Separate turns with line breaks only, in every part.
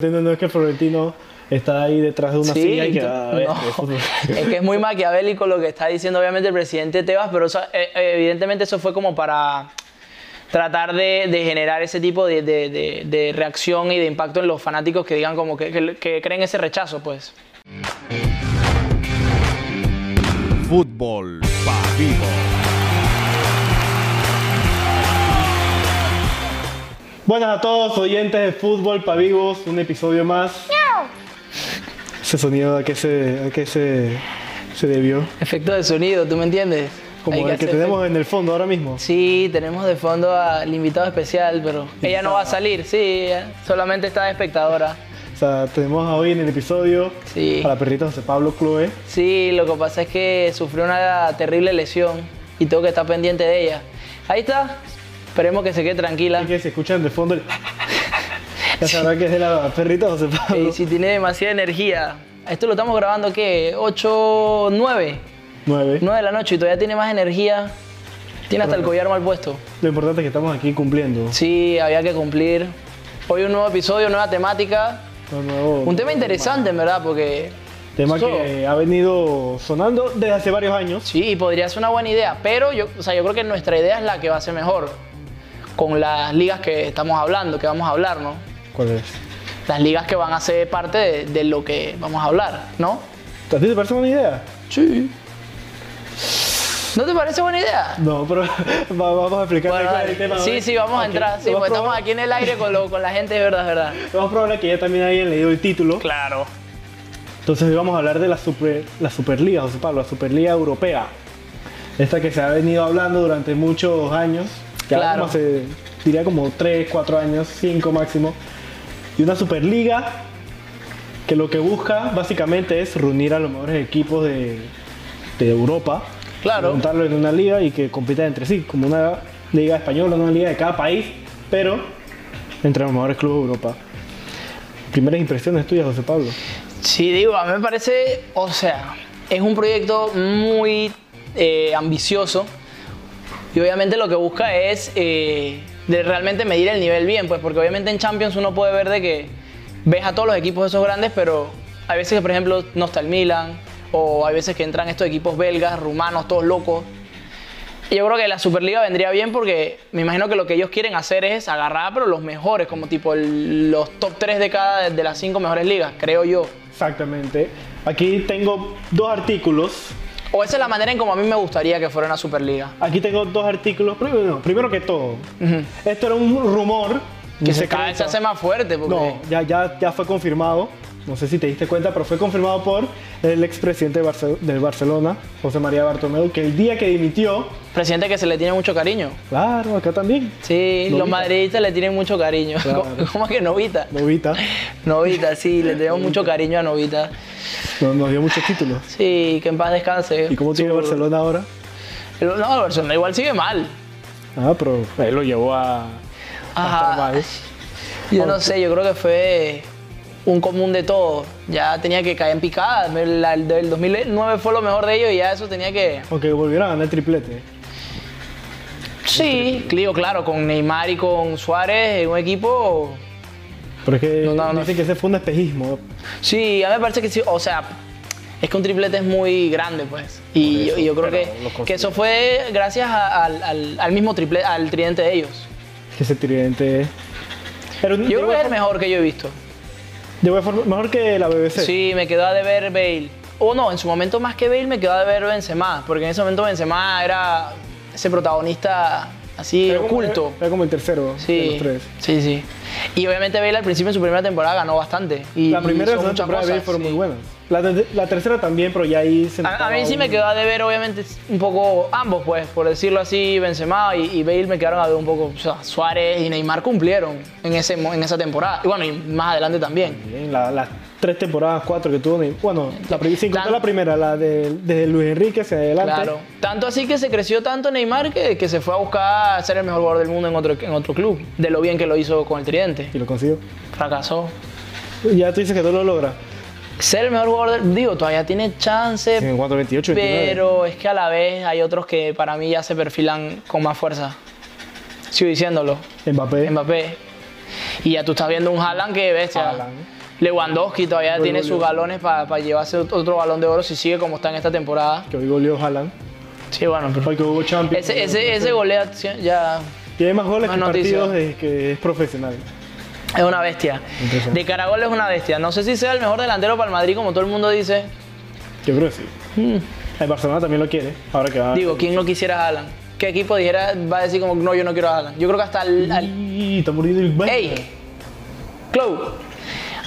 No, no es que Florentino está ahí detrás de una
Sí,
silla y que
tú-
"Ah, este,
no.
fútbol".
Es que es muy maquiavélico lo que está diciendo obviamente el presidente Tebas, pero eso, eh, eh, evidentemente eso fue como para tratar de, de generar ese tipo de, de- de- de reacción y de impacto en los fanáticos que digan como que, que- que creen ese rechazo, pues.
Fútbol pa vivo.
Buenas a todos, oyentes de Fútbol para Vivos, un episodio más. Ese sonido a qué se, a qué se, se debió.
Efecto de sonido, ¿tú me entiendes? Hay
Como el que
hacer-
tenemos en el fondo ahora mismo.
Sí, tenemos de fondo al invitado especial, pero ella no va a salir, sí, ella solamente está de espectadora.
O sea, tenemos hoy en el episodio
Sí.
a la perrita José Pablo Chloe.
Sí, lo que pasa es que sufrió una terrible lesión y tengo que estar pendiente de ella. Ahí está. Esperemos que se quede tranquila.
Así que si escuchan de fondo, el- ya sabrán que es de la perrita José Pablo.
Eh, si tiene demasiada energía. Esto lo estamos grabando, ¿qué? ¿8, 9?
Nueve.
9 de la noche y todavía tiene más energía. Tiene hasta el collar mal puesto.
Lo importante es que estamos aquí cumpliendo.
Sí, había que cumplir. Hoy un nuevo episodio, nueva temática.
Un nuevo-
Un tema interesante, en verdad, porque...
Tema
So-
que ha venido sonando desde hace varios años.
Sí, y podría ser una buena idea, pero yo, o sea, yo creo que nuestra idea es la que va a ser mejor con las ligas que estamos hablando, que vamos a hablar, ¿no?
¿Cuál es?
Las ligas que van a ser parte de, de lo que vamos a hablar, ¿no?
¿A ti te parece buena idea?
Sí. ¿No te parece buena idea?
No, pero va- vamos a explicar
Bueno,
cuál es
dale.
el tema.
sí,
¿vale?
sí, vamos
Ok.
a entrar. Sí,
Lo más
pues estamos
probable-
aquí en el aire con, lo- con la gente, es verdad, es verdad.
Lo más probable es que ya también hayan leído el título.
Claro.
Entonces hoy vamos a hablar de la, super, la Superliga, José Pablo, la Superliga Europea. Esta que se ha venido hablando durante muchos años. Ya
Claro.
como hace, diría como 3, 4 años, 5 máximo. Y una Superliga que lo que busca básicamente es reunir a los mejores equipos de, de Europa.
Claro.
Juntarlos en una liga y que compitan entre sí, como una liga española, una liga de cada país, pero entre los mejores clubes de Europa. Primeras impresiones tuyas, José Pablo.
Sí, digo, a mí me parece, o sea, es un proyecto muy eh, ambicioso y obviamente lo que busca es eh, de realmente medir el nivel bien, pues porque obviamente en Champions uno puede ver de que ves a todos los equipos esos grandes, pero hay veces que por ejemplo no está el Milan o hay veces que entran estos equipos belgas, rumanos, todos locos. Y Yo creo que la Superliga vendría bien porque me imagino que lo que ellos quieren hacer es agarrar, pero los mejores, como tipo el- los top 3 de cada de las 5 mejores ligas, creo yo.
Exactamente. Aquí tengo dos artículos.
O esa es la manera en como a mí me gustaría que fuera una Superliga.
Aquí tengo dos artículos. Primero, no, primero que todo, esto era un rumor
Que
un
se,
secreto.
cada vez se hace más fuerte. Porque
No, ya, ya, ya fue confirmado. No sé si te diste cuenta, pero fue confirmado por el expresidente de Barce- del Barcelona, José María Bartomeu, que el día que dimitió,
Presidente que se le tiene mucho cariño.
claro, acá también,
Sí,
Novita.
los madridistas le tienen mucho cariño.
Claro.
¿Cómo, cómo que Novita?
Novita,
Novita, sí, le tenemos mucho cariño a Novita.
no- nos dio muchos títulos.
Sí, que en paz descanse.
¿Y cómo tiene
Su-
Barcelona ahora?
El- No, el Barcelona igual sigue mal.
Ah, pero él lo llevó a, a estar
Ajá.
mal.
Yo no sé, yo creo que fue un común de todo. Ya tenía que caer en picada. La- El del 2009 fue lo mejor de ellos y ya eso tenía que...
Aunque volviera a ganar el triplete.
Sí, Clio, claro, con Neymar y con Suárez en un equipo.
Pero es que
No, no, no.
dicen que ese fue un espejismo.
Sí, a mí me parece que sí. O sea, es que un triplete es muy grande, pues. Y yo, y yo
pero
creo que,
lo consiguió.
que eso fue gracias a- al, al- al mismo triple, al tridente de ellos.
Que ese tridente es. Pero de
Yo creo que es
buena
el mejor que yo he visto.
forma- de buena forma- mejor que la BBC.
Sí, me quedó a deber Bale. O no, en su momento más que Bale me quedó a deber Benzema, porque en ese momento Benzema era ese protagonista así
Era como-
oculto.
Era como el tercero de
Sí,
los tres.
sí, sí. Y obviamente Bale al principio en su primera temporada ganó bastante. Y,
La primera y la
hizo
segunda
muchas
temporada de Bale
cosas,
fueron muy
sí.
buenas. La, te- la tercera también, pero ya ahí se
A, a
notaba
mí sí me
un-
quedó a deber, obviamente, un poco ambos, pues, por decirlo así, Benzema y, y Bale me quedaron a ver un poco. O sea, Suárez y Neymar cumplieron en, ese, mo- en esa temporada. Y bueno, y más adelante también.
Bien, la- las tres temporadas, cuatro que tuvo. Neymar. Bueno, la, pri- sin contar
Tan-
la primera, la de, desde Luis Enrique hacia adelante.
Claro. Tanto así que se creció tanto Neymar que, que se fue a buscar ser el mejor jugador del mundo en otro, en otro club, de lo bien que lo hizo con el Tridente.
Y lo consiguió.
Fracasó.
Ya tú dices que tú lo logras.
Ser el mejor jugador del. Digo, todavía tiene chance,
En 4, 28, 29.
pero es que a la vez hay otros que para mí ya se perfilan con más fuerza. Sigo diciéndolo.
Mbappé.
Mbappé. Y ya tú estás viendo un Haaland que bestia.
Haaland.
Lewandowski todavía
Muy
tiene sus
goleador.
galones para llevarse otro balón de oro si sigue como está en esta temporada.
Que hoy goleó Haaland.
Sí, bueno, pero.
Porque hubo Champions.
Ese, ese, ese golea ya
Tiene más goles
más
que
noticias.
partidos de- que es profesional.
es una bestia.
Impresionante.
De Caragol es una bestia. No sé si sea el mejor delantero para el Madrid, como todo el mundo dice.
Yo creo que sí.
Hmm.
El Barcelona también lo quiere. Ahora que va.
Digo, ¿quién no quisiera a Alan? ¿Qué equipo dijera, va a decir como, no, yo no quiero a Alan? Yo creo que hasta el... al-
Y está muriendo el Bayern.
¡Ey! Clou.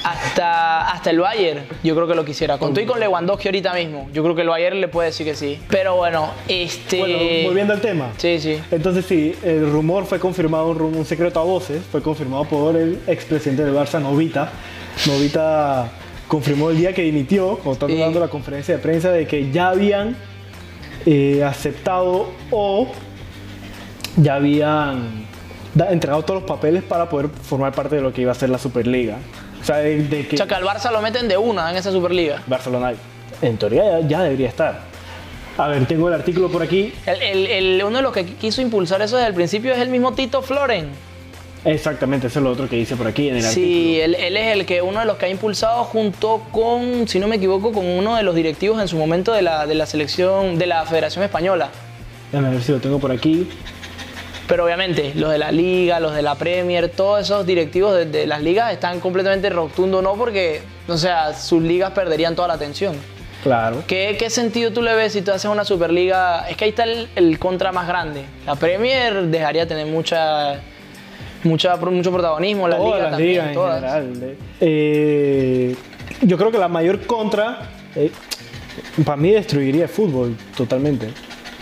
Hasta, hasta el Bayern, yo creo que lo quisiera. Con tú y con Lewandowski ahorita mismo, yo creo que el Bayern le puede decir que sí. Pero bueno, este...
Bueno, volviendo al tema.
Sí, sí.
Entonces sí, el rumor fue confirmado, un, rum- un secreto a voces, fue confirmado por el expresidente del Barça, Novita. Novita confirmó el día que dimitió, cuando estaba
Sí.
dando la conferencia de prensa, de que ya habían eh, aceptado o ya habían da- entregado todos los papeles para poder formar parte de lo que iba a ser la Superliga. O sea, de, de que
O sea, que al Barça lo meten de una en esa Superliga.
Barcelona, en teoría, ya, ya debería estar. A ver, tengo el artículo por aquí.
El- el- el- uno de los que quiso impulsar eso desde el principio es el mismo Tito Floren.
Exactamente, eso es lo otro que dice por aquí en el artículo.
Sí, él, él es el que uno de los que ha impulsado junto con, si no me equivoco, con uno de los directivos en su momento de la, de la selección, de la Federación Española.
Déjame ver si lo tengo por aquí.
Pero obviamente, los de la Liga, los de la Premier, todos esos directivos de, de las ligas están completamente rotundo no porque, o sea, sus ligas perderían toda la atención.
Claro.
¿Qué, qué sentido tú le ves si tú haces una Superliga? Es que ahí está el, el contra más grande. La Premier dejaría tener mucha, mucha mucho protagonismo, la
todas
Liga
las
también,
ligas en
todas.
general. eh. Eh, yo creo que la mayor contra, eh, para mí, destruiría el fútbol totalmente.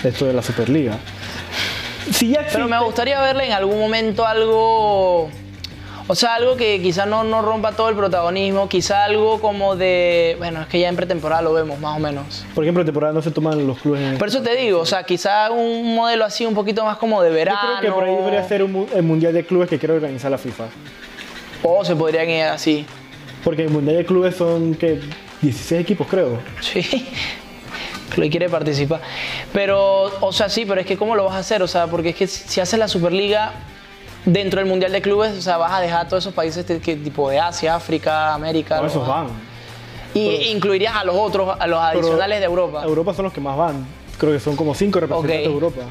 Esto de la Superliga. Si ya
Pero
existe-
me gustaría verle en algún momento algo. O sea, algo que quizás no, no rompa todo el protagonismo, quizá algo como de. Bueno, es que ya en pretemporada lo vemos, más o menos.
Por ejemplo, en temporada no se toman los clubes. en-
Por eso te digo, o sea, quizá un modelo así un poquito más como de
yo
verano.
creo que por ahí debería ser un mu- el mundial de clubes que quiere organizar la FIFA.
O se podrían ir así.
Porque el mundial de clubes son que 16 equipos, creo.
Sí. Lo que quiere participar. Pero, o sea, sí, pero es que ¿cómo lo vas a hacer? O sea, porque es que si si haces la Superliga dentro del Mundial de Clubes, o sea, vas a dejar a todos esos países de- que, tipo de Asia, África, América.
No,
los
esos
vas a-
van.
Y incluirías a los otros, a los
Pero
adicionales de Europa.
Europa son los que más van. Creo que son como cinco representantes
Ok.
de Europa.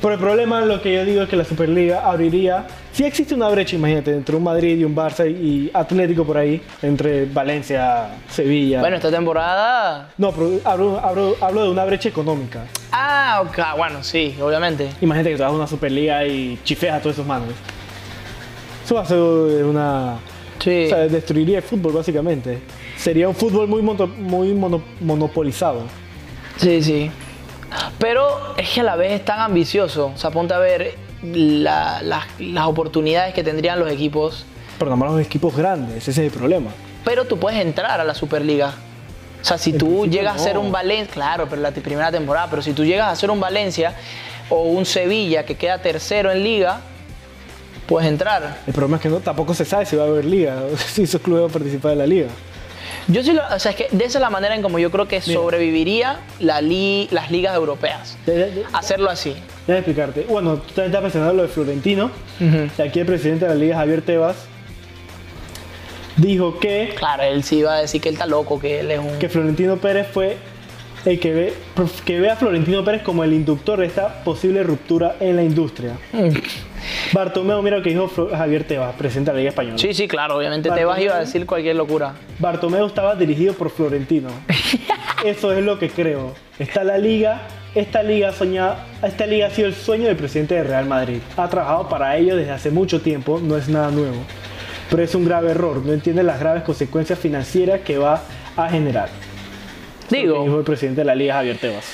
Pero el problema, lo que yo digo es que la Superliga abriría. Si existe una brecha, imagínate, entre un Madrid y un Barça y Atlético por ahí, entre Valencia, Sevilla.
Bueno, esta temporada.
no, pero hablo, hablo- hablo de una brecha económica.
Ah, ok, ah, bueno, sí, obviamente.
Imagínate que te das una Superliga y chifeas a todos esos manos. Eso va a ser una.
Sí.
O sea, destruiría el fútbol, básicamente. Sería un fútbol muy, mono- muy mono- monopolizado.
Sí, sí. Pero es que a la vez es tan ambicioso. O sea, ponte a ver la- las- las oportunidades que tendrían los equipos.
Pero nomás los equipos grandes, ese es el problema.
Pero tú puedes entrar a la Superliga. O sea, si tú
principio
llegas a ser
no.
un Valencia, claro, pero la t- primera temporada, pero si tú llegas a ser un Valencia o un Sevilla que queda tercero en liga, puedes entrar.
El problema es que no, tampoco se sabe si va a haber liga, si esos clubes van a participar de la liga.
Yo sí, lo- o sea, es que de esa es la manera en como yo creo que sobreviviría la li- las ligas europeas.
Ya, ya- ya-
Hacerlo así.
ya voy a explicarte. Bueno, tú también estás mencionando lo de Florentino. Y Aquí el presidente de la liga, Javier Tebas, dijo que,
Claro, él sí iba a decir que él está loco, que él es un...
que Florentino Pérez fue el que ve, que ve a Florentino Pérez como el inductor de esta posible ruptura en la industria. Bartomeu, mira lo que dijo Flo- Javier Tebas, presidente de la liga española.
Sí, sí, claro, obviamente te
Bartomeu.
vas iba a decir cualquier locura.
Bartomeu estaba dirigido por Florentino. Eso es lo que creo. Está la liga. Esta liga, soñada, esta liga ha sido el sueño del presidente de Real Madrid. Ha trabajado para ello desde hace mucho tiempo, no es nada nuevo. Pero es un grave error, no entiende las graves consecuencias financieras que va a generar. Lo que Dijo
Digo,
el presidente de la liga, Javier Tebas.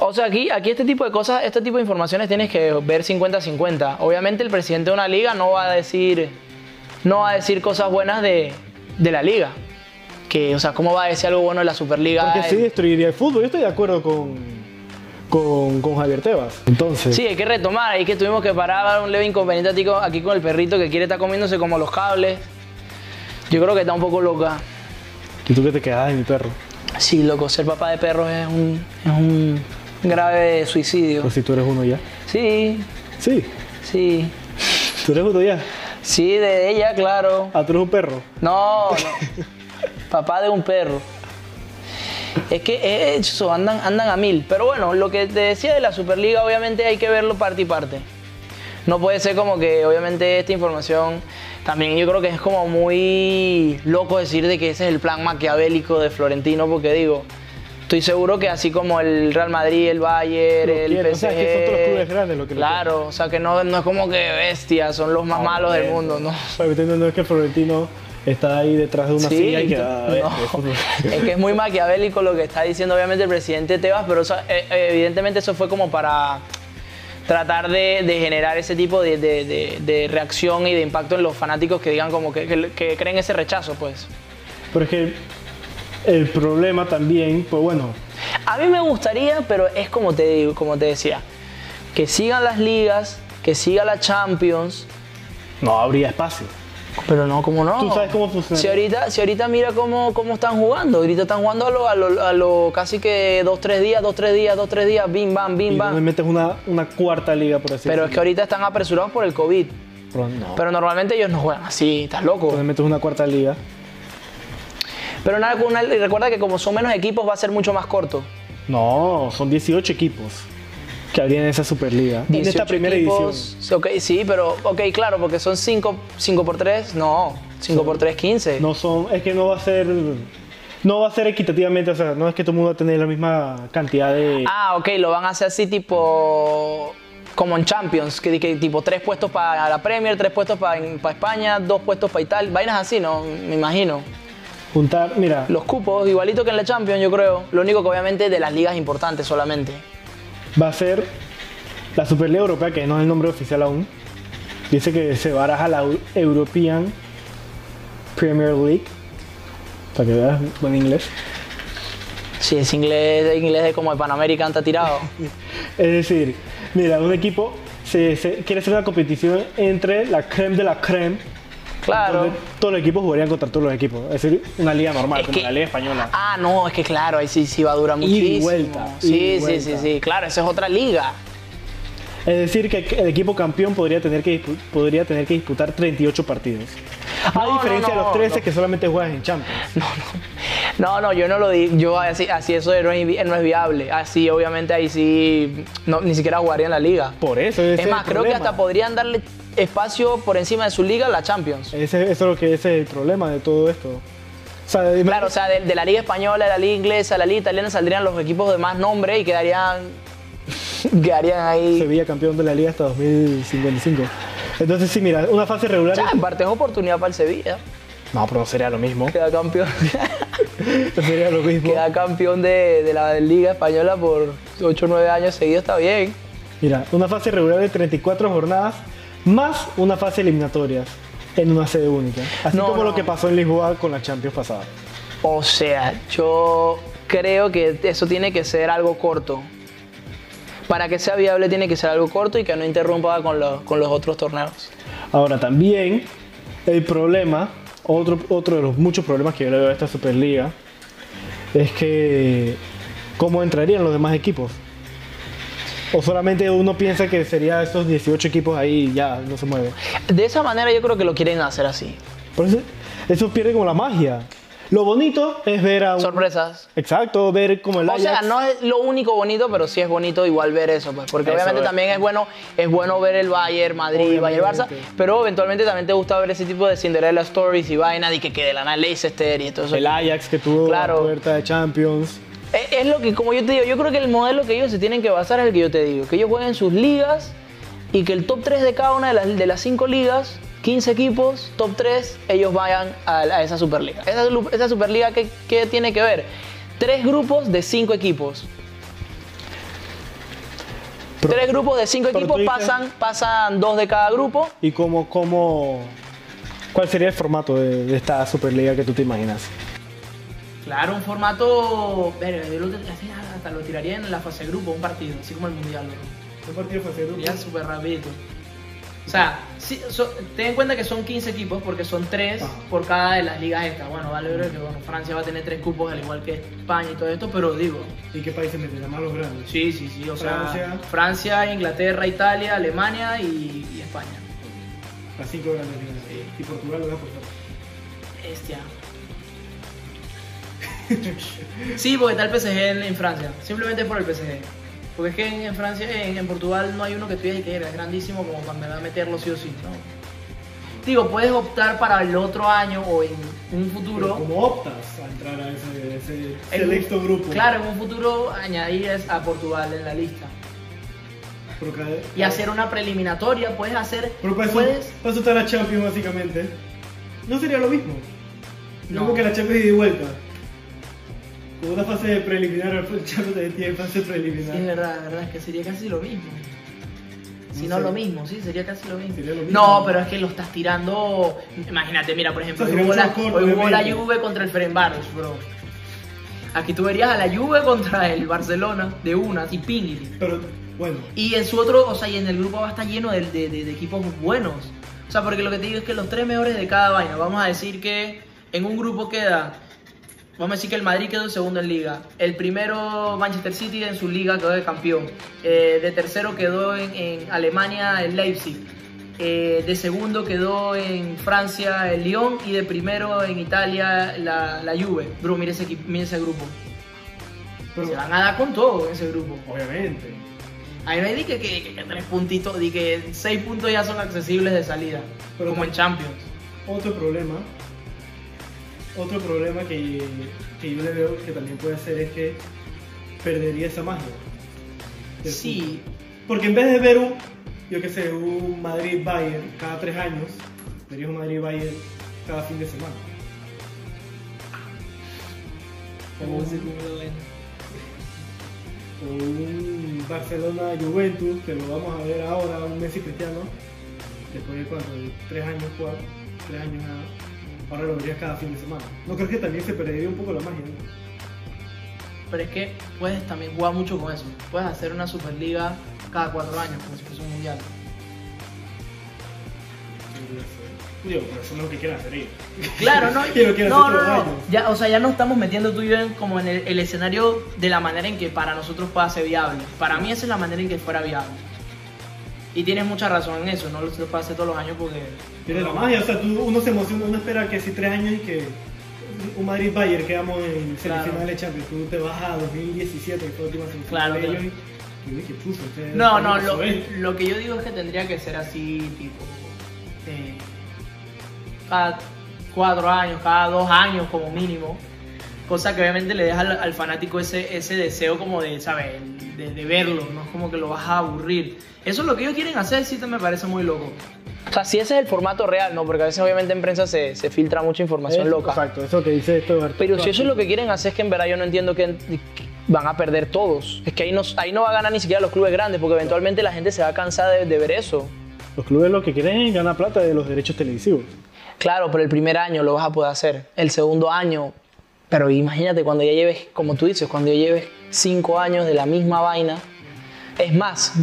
o sea, aquí, aquí este tipo de cosas, este tipo de informaciones tienes que ver 50-50. Obviamente el presidente de una liga no va a decir, no va a decir cosas buenas de, de la liga. Que, o sea, ¿cómo va a decir algo bueno de la Superliga?
Porque sí
El-
destruiría el fútbol. Yo estoy de acuerdo con, con, con Javier Tebas. Entonces,
Sí, hay que retomar. Ahí que tuvimos que parar un leve inconveniente aquí con- aquí con el perrito que quiere estar comiéndose como los cables. Yo creo que está un poco loca.
¿y tú qué te quedas de mi perro?
Sí, loco, ser papá de perros es un, es un grave suicidio.
Pues si tú eres uno ya.
Sí,
Sí,
sí.
tú eres uno ya.
Sí, de ella, claro.
Ah, tú eres un perro.
No, no. papá de un perro. Es que eh, eso, andan, andan a mil. Pero bueno, lo que te decía de la Superliga, obviamente hay que verlo parte y parte. No puede ser como que, obviamente, esta información también yo creo que es como muy loco decir de que ese es el plan maquiavélico de Florentino, porque digo, estoy seguro que así como el Real Madrid, el Bayern,
Lo
el
quieren,
PSG.
o sea, que son todos los clubes grandes los que lo
Claro, o sea que no, no es como que bestias, son los más malos del mundo, ¿no?
Para que te entiendan, no es que Florentino está ahí detrás de una
Sí,
silla y que.
no.
ah, este, fútbol.
es que es muy maquiavélico lo que está diciendo obviamente el presidente Tebas, pero eso, eh, eh, evidentemente eso fue como para tratar de, de generar ese tipo de, de- de- de reacción y de impacto en los fanáticos que digan como que, que- que creen ese rechazo, pues.
Pero es que el problema también, pues bueno,
A mí me gustaría, pero es como te digo, como te decía, que sigan las ligas, que siga la Champions,
no habría espacio.
Pero no, ¿cómo no?
Tú sabes cómo funciona.
Si ahorita, si ahorita mira cómo, cómo están jugando. Ahorita están jugando a lo, a lo- a lo casi que dos, tres días, dos, tres días, dos, tres días, bim, bam,
Y
bim,
no le
bam.
metes una, una cuarta liga, por así
Pero es que
decirlo.
ahorita están apresurados por el COVID.
Pero no.
Pero normalmente ellos no juegan así, estás loco.
Tú le metes una cuarta liga.
Pero nada, con una- recuerda que como son menos equipos va a ser mucho más corto.
No, son 18 equipos que habrían en esa Superliga. En esta
18
primera
equipos. Ok, sí, pero, ok, claro, porque son 5 cinco, por 3 no, 5 por 3 15.
edición. No son, es que no va a ser. No va a ser equitativamente, o sea, no es que todo el mundo va a tener la misma cantidad de.
Ah, ok, lo van a hacer así tipo. Como en Champions, que, que tipo tres puestos para la Premier, tres puestos para España, dos puestos para Italia, vainas así, ¿no? Me imagino.
Juntar, mira,
Los cupos, igualito que en la Champions, yo creo. Lo único que obviamente de las ligas importantes solamente.
va a ser la Superliga Europea, que no es el nombre oficial aún. Dice que se baraja la Eu- European Premier League. Para que veas, buen inglés.
Sí, es inglés, inglés es como de Panamérica, está tirado.
Es decir, mira, un equipo se, se- quiere hacer una competición entre la creme de la creme.
Claro.
Donde todos los equipos jugarían contra todos los equipos. Es decir, una liga normal,
Es
como
que-
la liga española.
Ah, no, es que claro, ahí sí, sí va a durar
Ida y
muchísimo.
vuelta,
sí,
ida y
sí, sí,
vuelta.
sí, claro, esa es otra liga.
Es decir, que el equipo campeón podría tener que, dispu- podría tener que disputar 38 partidos. A
Ah, No, no,
diferencia de
no,
los 13
no.
que solamente juegan en Champions.
No, no, yo no lo digo. Yo así, así eso no es, vi- no es viable. Así, obviamente, ahí sí no, ni siquiera jugaría en la liga.
Por eso ese
es más,
el
creo que
problema.
hasta podrían darle espacio por encima de su liga a la Champions.
Ese, eso es lo que ese es el problema de todo esto. O sea, de-
Claro, o sea, de, de la liga española, de la liga inglesa, de la liga italiana saldrían los equipos de más nombre y quedarían. quedarían ahí.
Sevilla campeón de la liga hasta 2055. Entonces, sí, mira, una fase regular.
Ya, en parte es oportunidad para el Sevilla.
No, pero no sería lo mismo.
Queda campeón,
No sería lo mismo.
queda campeón de, de la liga española por 8 o 9 años seguidos, está bien.
Mira, una fase regular de 34 jornadas más una fase eliminatorias en una sede única. Así
No,
como
no.
lo que pasó en Lisboa con la Champions pasada.
O sea, yo creo que eso tiene que ser algo corto. Para que sea viable tiene que ser algo corto y que no interrumpa con los, con los otros torneos.
Ahora también el problema, otro, otro de los muchos problemas que yo le veo a esta Superliga, es que cómo entrarían los demás equipos. O solamente uno piensa que sería esos 18 equipos ahí y ya no se mueve.
De esa manera yo creo que lo quieren hacer así.
Por eso, eso pierde como la magia. Lo bonito es ver a un...
Sorpresas.
Exacto, ver como el
O sea,
Ajax-
no es lo único bonito, pero sí es bonito igual ver eso, pues, porque
Eso
obviamente
es.
también es bueno, es bueno ver el Bayern, Madrid, Bayern, Barça,
Obviamente.
pero eventualmente también te gusta ver ese tipo de Cinderella stories y vaina y que quede la Ana Leicester y todo eso.
El Ajax que tuvo
Claro.
la puerta de Champions.
Es, es lo que, como yo te digo, yo creo que el modelo que ellos se tienen que basar es el que yo te digo, que ellos jueguen sus ligas y que el top 3 de cada una de las, de las 5 ligas, 15 equipos, top 3, ellos vayan a, la- a esa Superliga. Esa, lu- esa Superliga, ¿qué, qué tiene que ver? Tres grupos de 5 equipos.
Pero-
Tres grupos de 5
pero tú
equipos
dices-
pasan, pasan dos de cada grupo.
¿Y cómo, cómo, cuál sería el formato de, de esta Superliga que tú te imaginas?
Claro, un formato. Pero yo lo, hasta lo tiraría en la fase de grupo, un partido, así como el mundial.
Un partido fase
Ya súper rapidito. O sea, sí, so- ten en cuenta que son 15 equipos porque son 3
Ajá.
por cada de las ligas estas. Bueno, vale ver que bueno, Francia va a tener 3 cupos al igual que España y todo esto, pero digo,
¿Y qué países meterán más los grandes?
sí, sí, sí. O sea,
Francia.
Francia, Inglaterra, Italia, Alemania y, y España.
Las cinco grandes ligas. Y Portugal lo deja por fuera.
Bestia. Sí, porque está el PSG en, en Francia. Simplemente es por el PSG. Porque es que en, en Francia, en, en Portugal no hay uno que tú digas que era grandísimo como para en verdad meterlo sí o sí. ¿no? Digo, puedes optar para el otro año o en un
Pero
futuro.
¿Cómo optas a entrar a ese, a ese
en un-
selecto grupo?
Claro, en un futuro añadir es- a Portugal en la lista.
Pero cada-
Y hacer una preliminatoria, puedes hacer.
Pero para eso,
puedes.
para eso está la Champions básicamente. No sería lo mismo.
No.
No. Como que la Champions ida y vuelta. Como una fase de preliminar, la Champions de tiene fase preliminar.
Sí, es verdad, la verdad, es que sería casi lo mismo. Si no,
No sé.
lo mismo, sí, sería casi lo mismo.
Sería lo mismo.
No, pero es que lo estás tirando. Imagínate, mira, por ejemplo,
O sea,
hoy
sería
jugó,
mucho
la,
más corto,
hoy jugó la
obviamente.
Juve contra el Ferenbaros, bro. Aquí tú verías a la Juve contra el Barcelona de una, y pingui.
Pero bueno,
Y en su otro, o sea, y en el grupo va a estar lleno de, de- de- de equipos buenos. O sea, porque lo que te digo es que los tres mejores de cada vaina, vamos a decir que en un grupo queda, vamos a decir que el Madrid quedó segundo en liga, el primero Manchester City en su liga quedó de campeón, Eh, de tercero quedó en, en Alemania el Leipzig, Eh, de segundo quedó en Francia el Lyon y de primero en Italia la, la Juve. Bro, mira ese, equi- mira ese grupo.
pero,
Se van a dar con todo en ese grupo.
obviamente.
Ahí no hay di que, que- que- que tres puntitos, di que seis puntos ya son accesibles de salida,
Pero
como
tam-
en Champions.
Otro problema, otro problema que, que yo le veo que también puede ser es que perdería esa magia. del
Sí,
Porque en vez de ver un, yo qué sé, un Madrid-Bayern cada tres años, verías un Madrid-Bayern cada fin de semana. O un, o un Barcelona-Juventus, que lo vamos a ver ahora, un Messi-Cristiano, después de cuánto, de tres años, cuatro, tres años nada. Ahora lo verías cada fin de semana. ¿No crees que también se perdería un poco la magia? no?
pero es que puedes también jugar mucho con eso. Puedes hacer una Superliga cada cuatro años, como si fuese un mundial.
Digo, pero eso no es lo que quieran hacer ellos.
Claro, no,
Que lo quieran
no,
hacer
no,
todos
no.
los años.
Ya, o sea, ya no estamos metiendo tú y yo en, como en el, el escenario de la manera en que para nosotros pueda ser viable. Para mí esa es la manera en que fuera viable. Y tienes mucha razón en eso, no lo se puede hacer todos los años porque...
Tiene la magia, o sea, tú- uno se emociona, uno espera que si tres años y que un Madrid-Bayern quedamos en
Claro.
semifinales de Champions, tú te vas a 2017, que fue la última semifinal
Claro,
de
claro.
ellos, y yo dije, puso, ustedes
No,
están
no,
locos,
lo,
¿eh?
lo que yo digo es que tendría que ser así, tipo, eh, cada cuatro años, cada dos años como mínimo. Cosa que obviamente le deja al, al fanático ese, ese deseo como de, ¿sabes? De, de verlo, no es como que lo vas a aburrir. Eso es lo que ellos quieren hacer, sí te me parece muy loco. O sea, si ese es el formato real, ¿no? Porque a veces obviamente en prensa se, se filtra mucha información loca.
Exacto, eso que dice esto Berto.
Pero si eso es lo que quieren hacer, es que en verdad yo no entiendo que que van a perder todos. Es que ahí no, ahí no va a ganar ni siquiera los clubes grandes, porque eventualmente la gente se va a cansar de, de ver eso.
Los clubes lo que quieren es ganar plata de los derechos televisivos.
Claro, pero el primer año lo vas a poder hacer. El segundo año. Pero imagínate cuando ya lleves, como tú dices, cuando ya lleves cinco años de la misma vaina. Es más,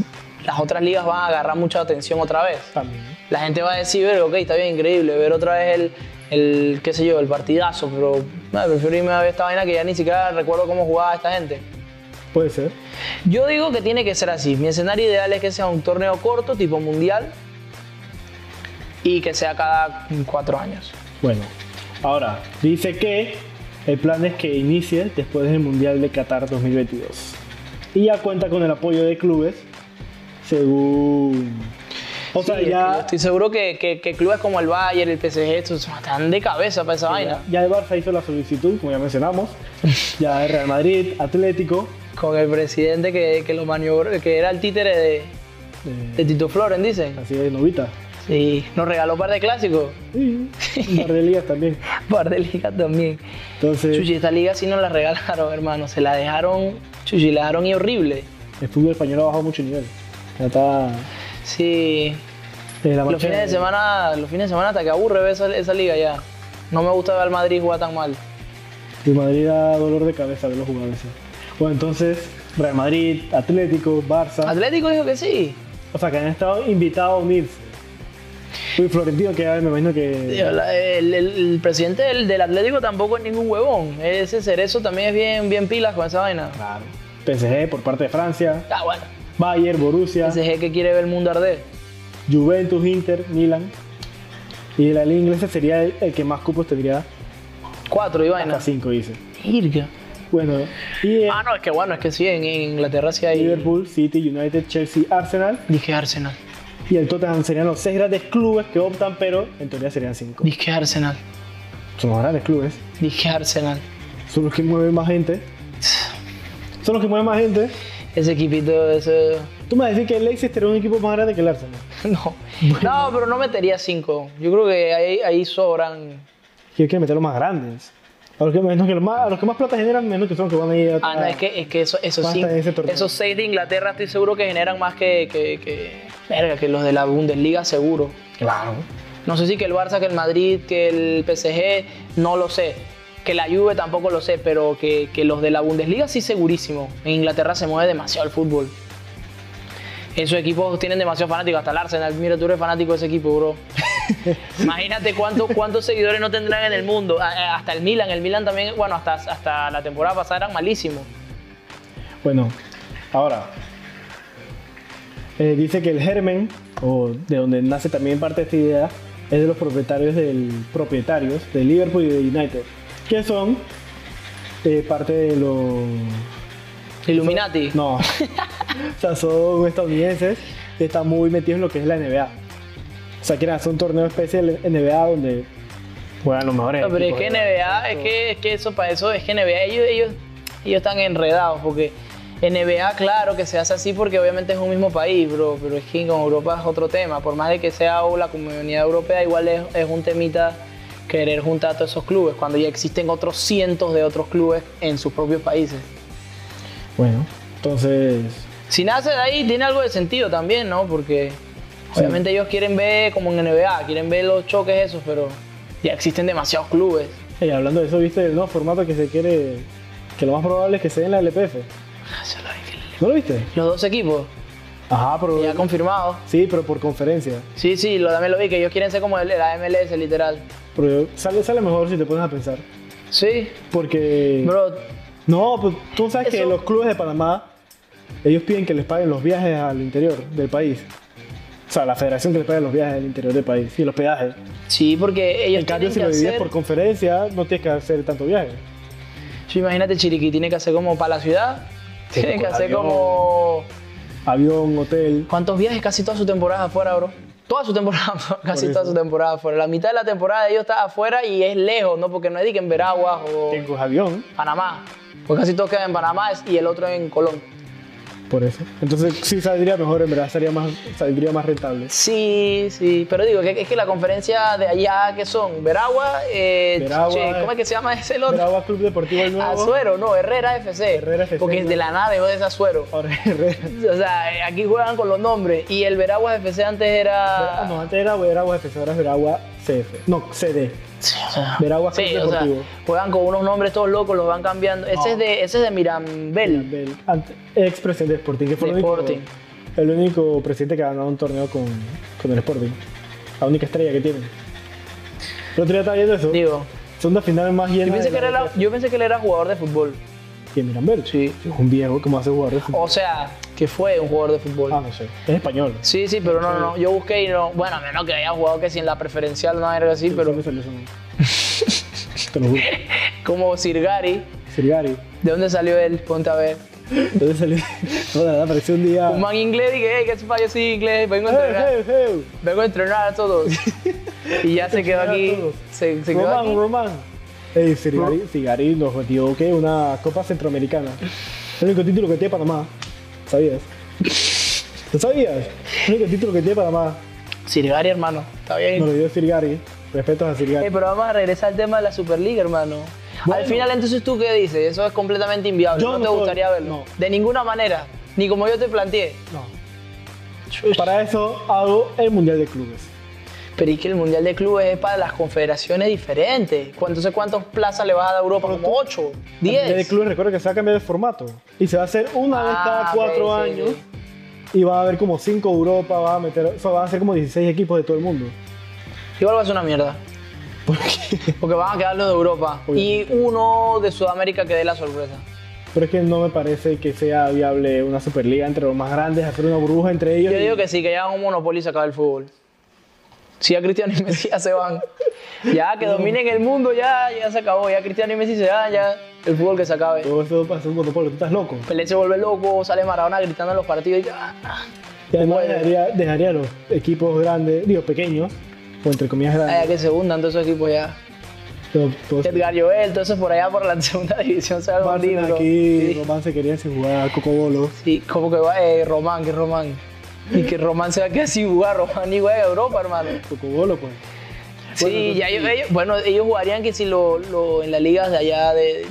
las otras ligas van a agarrar mucha atención otra vez.
También.
La gente va a decir, "Verga, ok, está bien, increíble, ver otra vez el, el, qué sé yo, el partidazo, pero ah, prefiero irme a ver esta vaina que ya ni siquiera recuerdo cómo jugaba esta gente.
Puede ser.
Yo digo que tiene que ser así. Mi escenario ideal es que sea un torneo corto, tipo mundial, y que sea cada cuatro años.
Bueno, ahora, dice que el plan es que inicie después del Mundial de Qatar 2022. Y ya cuenta con el apoyo de clubes, según... O sea,
Sí, yo
ya,
Estoy seguro que, que- que clubes como el Bayern, el PSG, estos están de cabeza para esa vaina.
ya el Barça hizo la solicitud, como ya mencionamos. ya el Real Madrid, Atlético,
Con el presidente que, que lo maniobró, que era el títere de, de
eh,
Tito Floren, dicen.
así es, Novita.
Sí, nos regaló un par de clásicos,
Sí, un par de ligas también.
un par de ligas también. Chuchi,
Entonces,
esta liga sí nos la regalaron, hermano. Se la dejaron, chuchi, la dejaron y horrible.
el fútbol español ha bajado mucho nivel. Ya está...
Sí,
desde la
Los
marcha
fines de semana, los fines de semana hasta que aburre ver esa, esa liga ya. No me gusta ver al Madrid jugar tan mal.
Y Madrid da dolor de cabeza verlo jugar a veces. Bueno, entonces, Real Madrid, Atlético, Barça.
Atlético dijo que sí.
O sea, que han estado invitados a unirse. Uy, Florentino, que me imagino que.
Digo, la- El, el- el presidente del, del Atlético tampoco es ningún huevón. Ese cerezo también es bien, bien pilas con esa vaina.
Claro. PSG por parte de Francia,
Ah, bueno.
Bayern, Borussia,
Ese es el que quiere ver el mundo arder.
Juventus, Inter, Milan. Y de la liga inglesa sería el, el que más cupos tendría
Cuatro y vaina.
hasta 5, dice.
Virga.
Bueno, y eh,
Ah, no, es que bueno, es que sí, en, en Inglaterra sí hay.
Liverpool, City, United, Chelsea, Arsenal
Dije Arsenal.
y el Tottenham serían los seis grandes clubes que optan, pero en teoría serían cinco.
Dije Arsenal.
Son los grandes clubes,
Dije Arsenal.
son los que mueven más gente, son los que mueven más gente.
Ese equipito, ese.
Tú me vas a decir que el Leicester es un equipo más grande que el Arsenal.
No. No, pero no metería cinco. Yo creo que ahí, ahí sobran.
Y hay que meter los más grandes. A los que, menos que los más, a los que más plata generan, menos que son los que van a ir a...
Ah, no, es que, es que eso- esos,
Basta
cinco,
de ese torneo.
esos seis de Inglaterra estoy seguro que generan más que. que, que- verga, que los de la Bundesliga, seguro.
Claro.
No sé si que el Barça, que el Madrid, que el PSG, no lo sé. Que la Juve tampoco lo sé, pero que, que los de la Bundesliga sí segurísimo. En Inglaterra se mueve demasiado el fútbol. Esos equipos tienen demasiado fanáticos, hasta el Arsenal. Mira, tú eres fanático de ese equipo, bro. Imagínate cuánto- cuántos seguidores no tendrán en el mundo. A- a- Hasta el Milan, el Milan también, bueno, hasta, hasta la temporada pasada eran malísimos.
Bueno, ahora. eh, dice que el germen, o de donde nace también parte de esta idea, es de los propietarios del propietarios de Liverpool y de United, que son eh, parte de los
Illuminati.
no, o sea son estadounidenses que están muy metidos en lo que es la NBA. O sea, quieren hacer un torneo especial en NBA donde juegan los mejores.
No, pero es
equipos
que
de-
NBA, es que, es que eso para eso, es que NBA, ellos, ellos, ellos están enredados, porque NBA, claro que se hace así porque obviamente es un mismo país, bro, pero es que con Europa es otro tema, por más de que sea o la comunidad europea, igual es, es un temita querer juntar a todos esos clubes, cuando ya existen otros cientos de otros clubes en sus propios países.
Bueno, entonces
Si nace de ahí, tiene algo de sentido también, ¿no? Porque obviamente ellos quieren ver, como en NBA, quieren ver los choques esos, pero ya existen demasiados clubes.
Y hablando de eso, ¿viste el nuevo formato que se quiere? Que lo más probable es que sea en la LPF.
Ah, se la dije.
¿No lo viste?
Los dos equipos,
Ajá, pero...
ya confirmado.
Sí, pero por conferencia.
Sí, sí, lo, también lo vi, que ellos quieren ser como el, la MLS, literal.
Pero sale, sale mejor si te pones a pensar.
Sí,
Porque...
bro,
No, pues tú sabes que
Eso-
los clubes de Panamá, ellos piden que les paguen los viajes al interior del país. O sea, la federación que les pague los viajes al interior del país y los peajes.
sí, porque ellos
En cambio,
tienen
si
que
lo divides
hacer...
por conferencia, no tienes que hacer tanto viaje.
Sí, imagínate, Chiriquí tiene que hacer como para la ciudad,
Sí,
tienen que
con
hacer
avión.
como...
Avión, hotel.
¿Cuántos viajes? Casi toda su temporada afuera, bro. Toda su temporada, casi
eso.
toda su temporada afuera. La mitad de la temporada ellos están afuera y es lejos, ¿no? Porque no es de que en Veraguas o
Tengo avión,
Panamá. Pues casi todos quedan en Panamá y el otro en Colón.
por eso. Entonces sí saldría mejor, en verdad, sería más, saldría más rentable.
Sí, sí, pero digo, que, es que la conferencia de allá, que son? Veragua, eh,
Veragua,
che, ¿cómo es que se llama ese el otro?
Brava Club Deportivo El Nuevo.
Azuero, no, Herrera FC,
Herrera FC,
porque es de
¿no?
la nada dejó de ser Azuero.
Ahora es Herrera.
O sea, eh, aquí juegan con los nombres, y el Veragua FC antes
Ah, No,
era...
antes era Veragua FC, ahora es Veragua CF. No, CD.
Sí, o sea,
Veragua
sí,
Club
o sea,
Deportivo.
juegan con unos nombres todos locos, los van cambiando. Ese, es, de, ese es de Mirambel.
Del ante- ex presidente de Sporting, que fue el único,
Sporting.
el único presidente que ha ganado un torneo con, con el Sporting. La única estrella que tiene. El otro día estaba viendo eso.
Digo,
Son las finales más llenas.
yo pensé,
de
que él
la
era, yo pensé que él era jugador de fútbol.
liga. ¿Quién, Mirambel?
Sí.
Es un viejo, como hace jugador de fútbol.
O sea, que fue un jugador de fútbol.
Ah, no sé. Es español.
Oh. Sí, sí, pero no, no, no. Yo busqué y no. Bueno, a menos que haya jugado que si en la preferencial no era así,
Sí
pero
me salió eso, ¿no? Te lo juro.
como Sirgari,
Sirgari.
¿de dónde salió él? Ponte a ver.
¿Dónde salió? No, de verdad, pareció un día.
Un man inglés, dije, hey, ¿qué se pasa? Yo soy inglés, vengo a
Hey,
entrenar.
hey, hey.
Vengo a entrenar a todos. Y ya se quedó
entrenar a
aquí.
todos.
Se, se quedó
Román,
aquí.
Román. Ey, Cigari, Cigari nos metió ¿qué? una Copa Centroamericana. El único título que tiene Panamá. ¿Sabías? ¿Lo sabías? El único título que tiene Panamá.
Sirgari, hermano. Está bien.
Nos lo dio Sirgari. Respetos a Sirgari.
Eh, pero vamos a regresar al tema de la Superliga, hermano.
Bueno.
Al final, entonces, ¿tú qué dices? Eso es completamente inviable.
Yo
no
no
te
soy-
gustaría verlo.
no.
De ninguna manera. Ni como yo te planteé.
No.
Em,
Para eso hago el Mundial de Clubes.
Pero es que el Mundial de Clubes es para las confederaciones diferentes. ¿Cu- Entonces, ¿cuántas plazas le vas a dar a Europa?
Pero
¿Como
tú-
8?
El Mundial de
10.
Clubes recuerda que se va a cambiar de formato. Y se va a hacer una vez
Ah,
cada cuatro
ok, sí,
años.
sí.
Y va a haber como cinco Europa, va a meter, o sea, van a ser como 16 equipos de todo el mundo.
Igual va a ser una mierda.
¿Por qué?
Porque van a quedar los de Europa.
Obviamente.
Y uno de Sudamérica que dé la sorpresa.
Pero es que no me parece que sea viable una superliga entre los más grandes, hacer una burbuja entre ellos.
Yo
y-
digo que sí, que ya hagan un monopolio y se acaba el fútbol. Si ya Cristiano y Messi ya se van. Ya, que dominen el mundo, ya, ya se acabó. Ya Cristiano y Messi se van, ya el fútbol que se acabe.
Todo eso pasa un monopolio, tú estás loco.
Pelé se vuelve loco, sale Maradona gritando en los partidos y ya.
Y además
Bueno.
dejaría, dejaría a los equipos grandes, digo, pequeños, o entre comillas
Ay, ya
grandes.
que se hundan todos esos equipos ya.
todo- todo-
Edgar Joel, todo eso eh, por allá por la segunda división se va a
Barcelona
hundir, bro.
aquí,
Sí.
Román se quería sin jugar a Coco Bolos.
Sí, como que va, eh, Román, que Román. Y que Román se va a quedar sin jugar, Román ni juega en Europa, hermano.
Coco Bolo, pues.
sí, ya ellos, ellos- bueno, ellos jugarían que si lo, lo- en las ligas de allá de...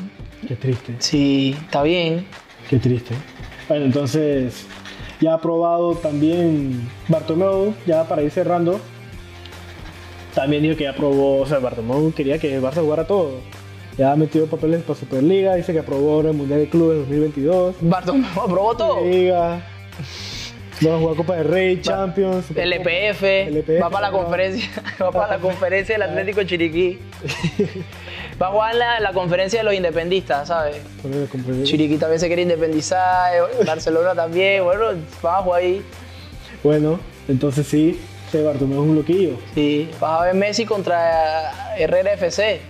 Qué triste,
Sí, está bien.
qué triste. Bueno, entonces, ya ha probado también Bartomeu, ya para ir cerrando. También dijo que ya aprobó, o sea, Bartomeu quería que el Barça jugara todo. Ya ha metido papeles para Superliga, dice que aprobó ahora el Mundial de Clubes 2022.
Bartomeu aprobó todo.
Liga. Vamos a jugar Copa del Rey, Champions.
El E
Supercopa.
EPF,
LPF,
va para la
¿no?
conferencia, va para la conferencia del Atlético Chiriquí. Va a jugar la, la conferencia de los independistas, ¿sabes?
Con el compañero.
Chiriquí también se quiere independizar, eh, Barcelona también, bueno, vas a jugar ahí.
Bueno, entonces sí, este Bartomeu es un loquillo.
Sí, vas a ver Messi contra eh, RRFC.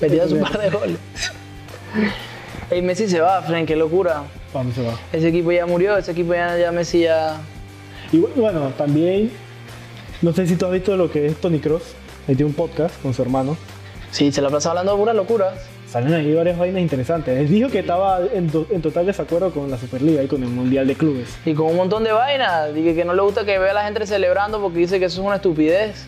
Metiendo su par de goles. Ey, Messi se va, Fren, qué locura.
Vamos, se va.
Ese equipo ya murió, ese equipo ya, ya Messi ya.
Y bu- bueno, también, no sé si tú has visto lo que es Tony Cross. Ahí tiene un podcast con su hermano.
Sí, se la pasa hablando de puras locuras.
Salen ahí varias vainas interesantes. Él dijo que estaba en, to- en total desacuerdo con la Superliga y con el Mundial de Clubes.
Y con un montón de vainas. Dije que no le gusta que vea a la gente celebrando porque dice que eso es una estupidez.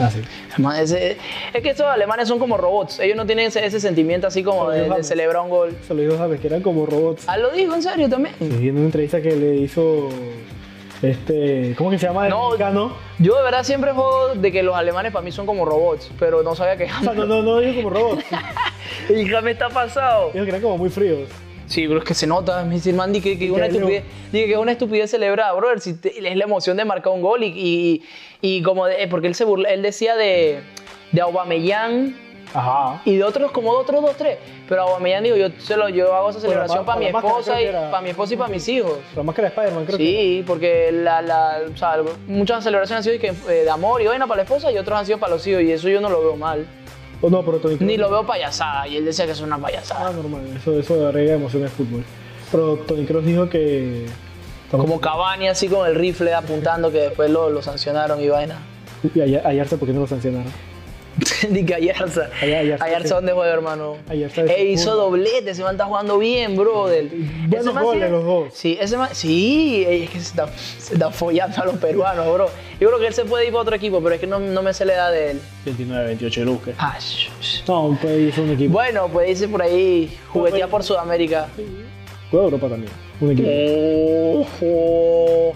Ah, sí.
Además, ese- es que estos alemanes son como robots. Ellos no tienen ese, ese sentimiento así como de, de celebrar un gol.
Se lo dijo James, que eran como robots.
Ah, lo dijo en serio también.
Y en una entrevista que le hizo este, ¿cómo que se llama? El
No.
mexicano.
Yo de verdad siempre juego de que los alemanes para mí son como robots, pero no sabía que
O sea, no, no, no digo como robots,
Hija, me está pasado.
digo que eran como muy fríos.
Sí, pero es que se nota, me dice man, di que, que una
Leo.
estupidez, di que es una estupidez celebrada, brother, si te- es la emoción de marcar un gol y, y, y como de- eh, porque él se burla, él decía de de Aubameyang
Ajá.
y de otros como de otros dos tres, pero Aubameyang digo, yo se lo yo hago esa
la
celebración
ma-
para
por la
mi
máscara,
esposa
creo
y
que era.
para mi esposa y para mis hijos.
La máscara de Spider-Man, creo que.
Sí, porque la, la, o sea, muchas celebraciones han sido de, que, eh, de amor y vaina para la esposa y otros han sido para los hijos y eso yo no lo veo mal.
O Oh, no, pero Tony Kroos.
Ni lo veo payasada y él decía que es una payasada.
Ah, normal, eso, eso agrega emoción al fútbol. Pero Tony Cross dijo que.
Como Cavani así con el rifle apuntando que después lo, lo sancionaron y vaina.
Y Aya- Ayarza, ¿por qué no lo sancionaron?
Ni que Ayarza.
Ay- Ayarza, sí.
Ayarza, ¿dónde juega, hermano?
Ayarza de
Eh, hizo
fútbol.
doblete, ese man está jugando bien, brother.
Buenos
Ese man
goles
sí-
los dos.
Sí, ese man, sí, ey, es que se está, se está follando a los peruanos, bro. Yo creo que él se puede ir para otro equipo, pero es que no, no me sé la edad de él.
29, 28 de Luque.
Ah, sh- sh-
No, pues hizo un equipo.
Bueno, pues dice por ahí, juguetea
Bueno.
por Sudamérica.
Juega Europa también. Un equipo.
Eh, Ojo.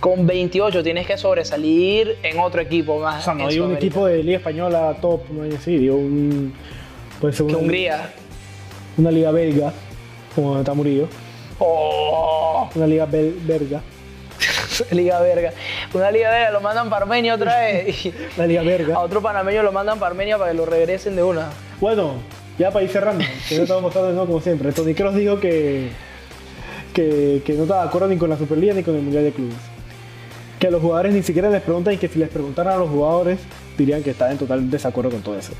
Con 28 tienes que sobresalir en otro equipo más.
o sea, no
en
hay un
Sudamérica.
equipo de Liga Española top, no hay así, digo, un. Puede ser
Que
una,
Hungría.
una Liga Belga, como donde está Murillo.
Oh,
Una Liga bel- Belga.
liga verga. Una liga verga lo mandan para Armenia otra vez. y
La Liga
a
Belga.
otro panameño lo mandan para Armenia para que lo regresen de una.
Bueno, ya para ir cerrando, que no estamos mostrando de nuevo como siempre. Tony Cross dijo que, que, que no estaba de acuerdo ni con la Superliga ni con el Mundial de Clubes. Que a los jugadores ni siquiera les preguntan y que si les preguntaran a los jugadores dirían que está en total desacuerdo con todo eso.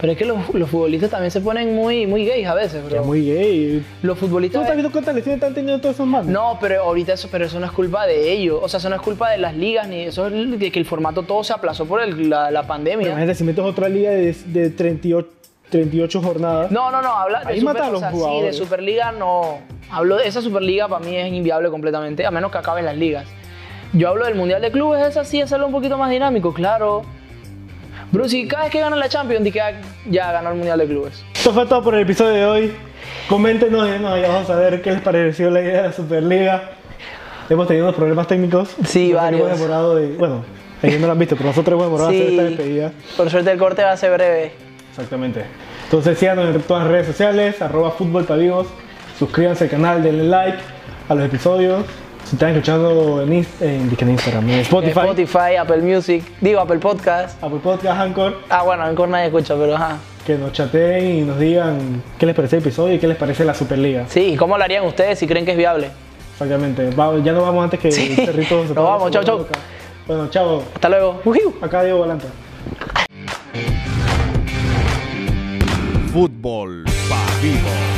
Pero es que los, los futbolistas también se ponen muy, muy gays a veces,
Que
bro.
es muy gay.
Los
¿Tú no
futbolistas.
estás viendo cuántas lesiones están teniendo todos esos manos?
No, pero ahorita eso, pero eso no es culpa de ellos. O sea, eso no es culpa de las ligas, ni eso es el- de que el formato todo se aplazó por el- la, la pandemia.
Imagínate, si metes otra liga de, de 38, 38 jornadas.
No, no, no, habla
Ahí
de, super,
mata a los
o sea, sí, de
jugadores.
Superliga no. Hablo de esa Superliga para mí es inviable completamente, a menos que acaben las ligas. Yo hablo del Mundial de Clubes, es así, hacerlo un poquito más dinámico, claro. Bruce, si cada vez que gana la Champions, di que ah, ya ganó el Mundial de Clubes.
Esto fue todo por el episodio de hoy. Coméntenos, déjenos allá, vamos a ver qué les pareció la idea de la Superliga. Hemos tenido unos problemas técnicos.
Sí,
Nosotros
varios.
Hemos demorado de, bueno, ellos no lo han visto, pero nosotros hemos demorado a hacer
Sí.
esta despedida.
Por suerte el corte va a ser breve. Eh,
Exactamente. Entonces síganos en todas las redes sociales, arroba fútbol para vivos. Suscríbanse al canal, denle like a los episodios. Si están escuchando en, Inst- en, dije en Instagram, en
En
Spotify,
Spotify, Apple Music, digo Apple Podcast.
Apple Podcast, Anchor,
Ah, bueno, en nadie escucha, pero ajá.
que nos chateen y nos digan qué les parece el episodio y qué les parece la Superliga.
Sí, ¿cómo lo harían ustedes si creen que es viable?
Exactamente. Va- ya nos vamos antes que el perrito se
Nos
ponga
vamos,
su
chau, chau.
boca. Bueno, chavo.
Hasta luego. Ujiu.
Acá Diego Volante.
Fútbol pa' vivo.